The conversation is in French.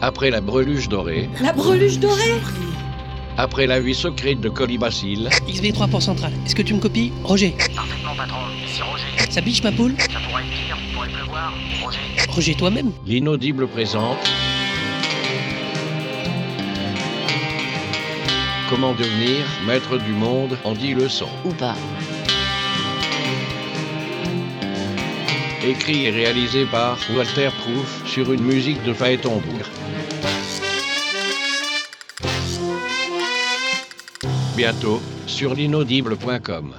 Après la breluche dorée, La breluche dorée après la huile secrète de Colibacille, XV3 pour Central. Est-ce que tu me copies Roger. Parfaitement, patron. C'est Roger. Ça biche ma poule Ça pourrait être pire, pourrait pleuvoir. Roger. Roger toi-même. l'inaudible présente. Comment devenir maître du monde en 10 leçons. Ou pas. Écrit et réalisé par Walter Proof sur une musique de Faetonbourg. Bientôt sur l'inaudible.com.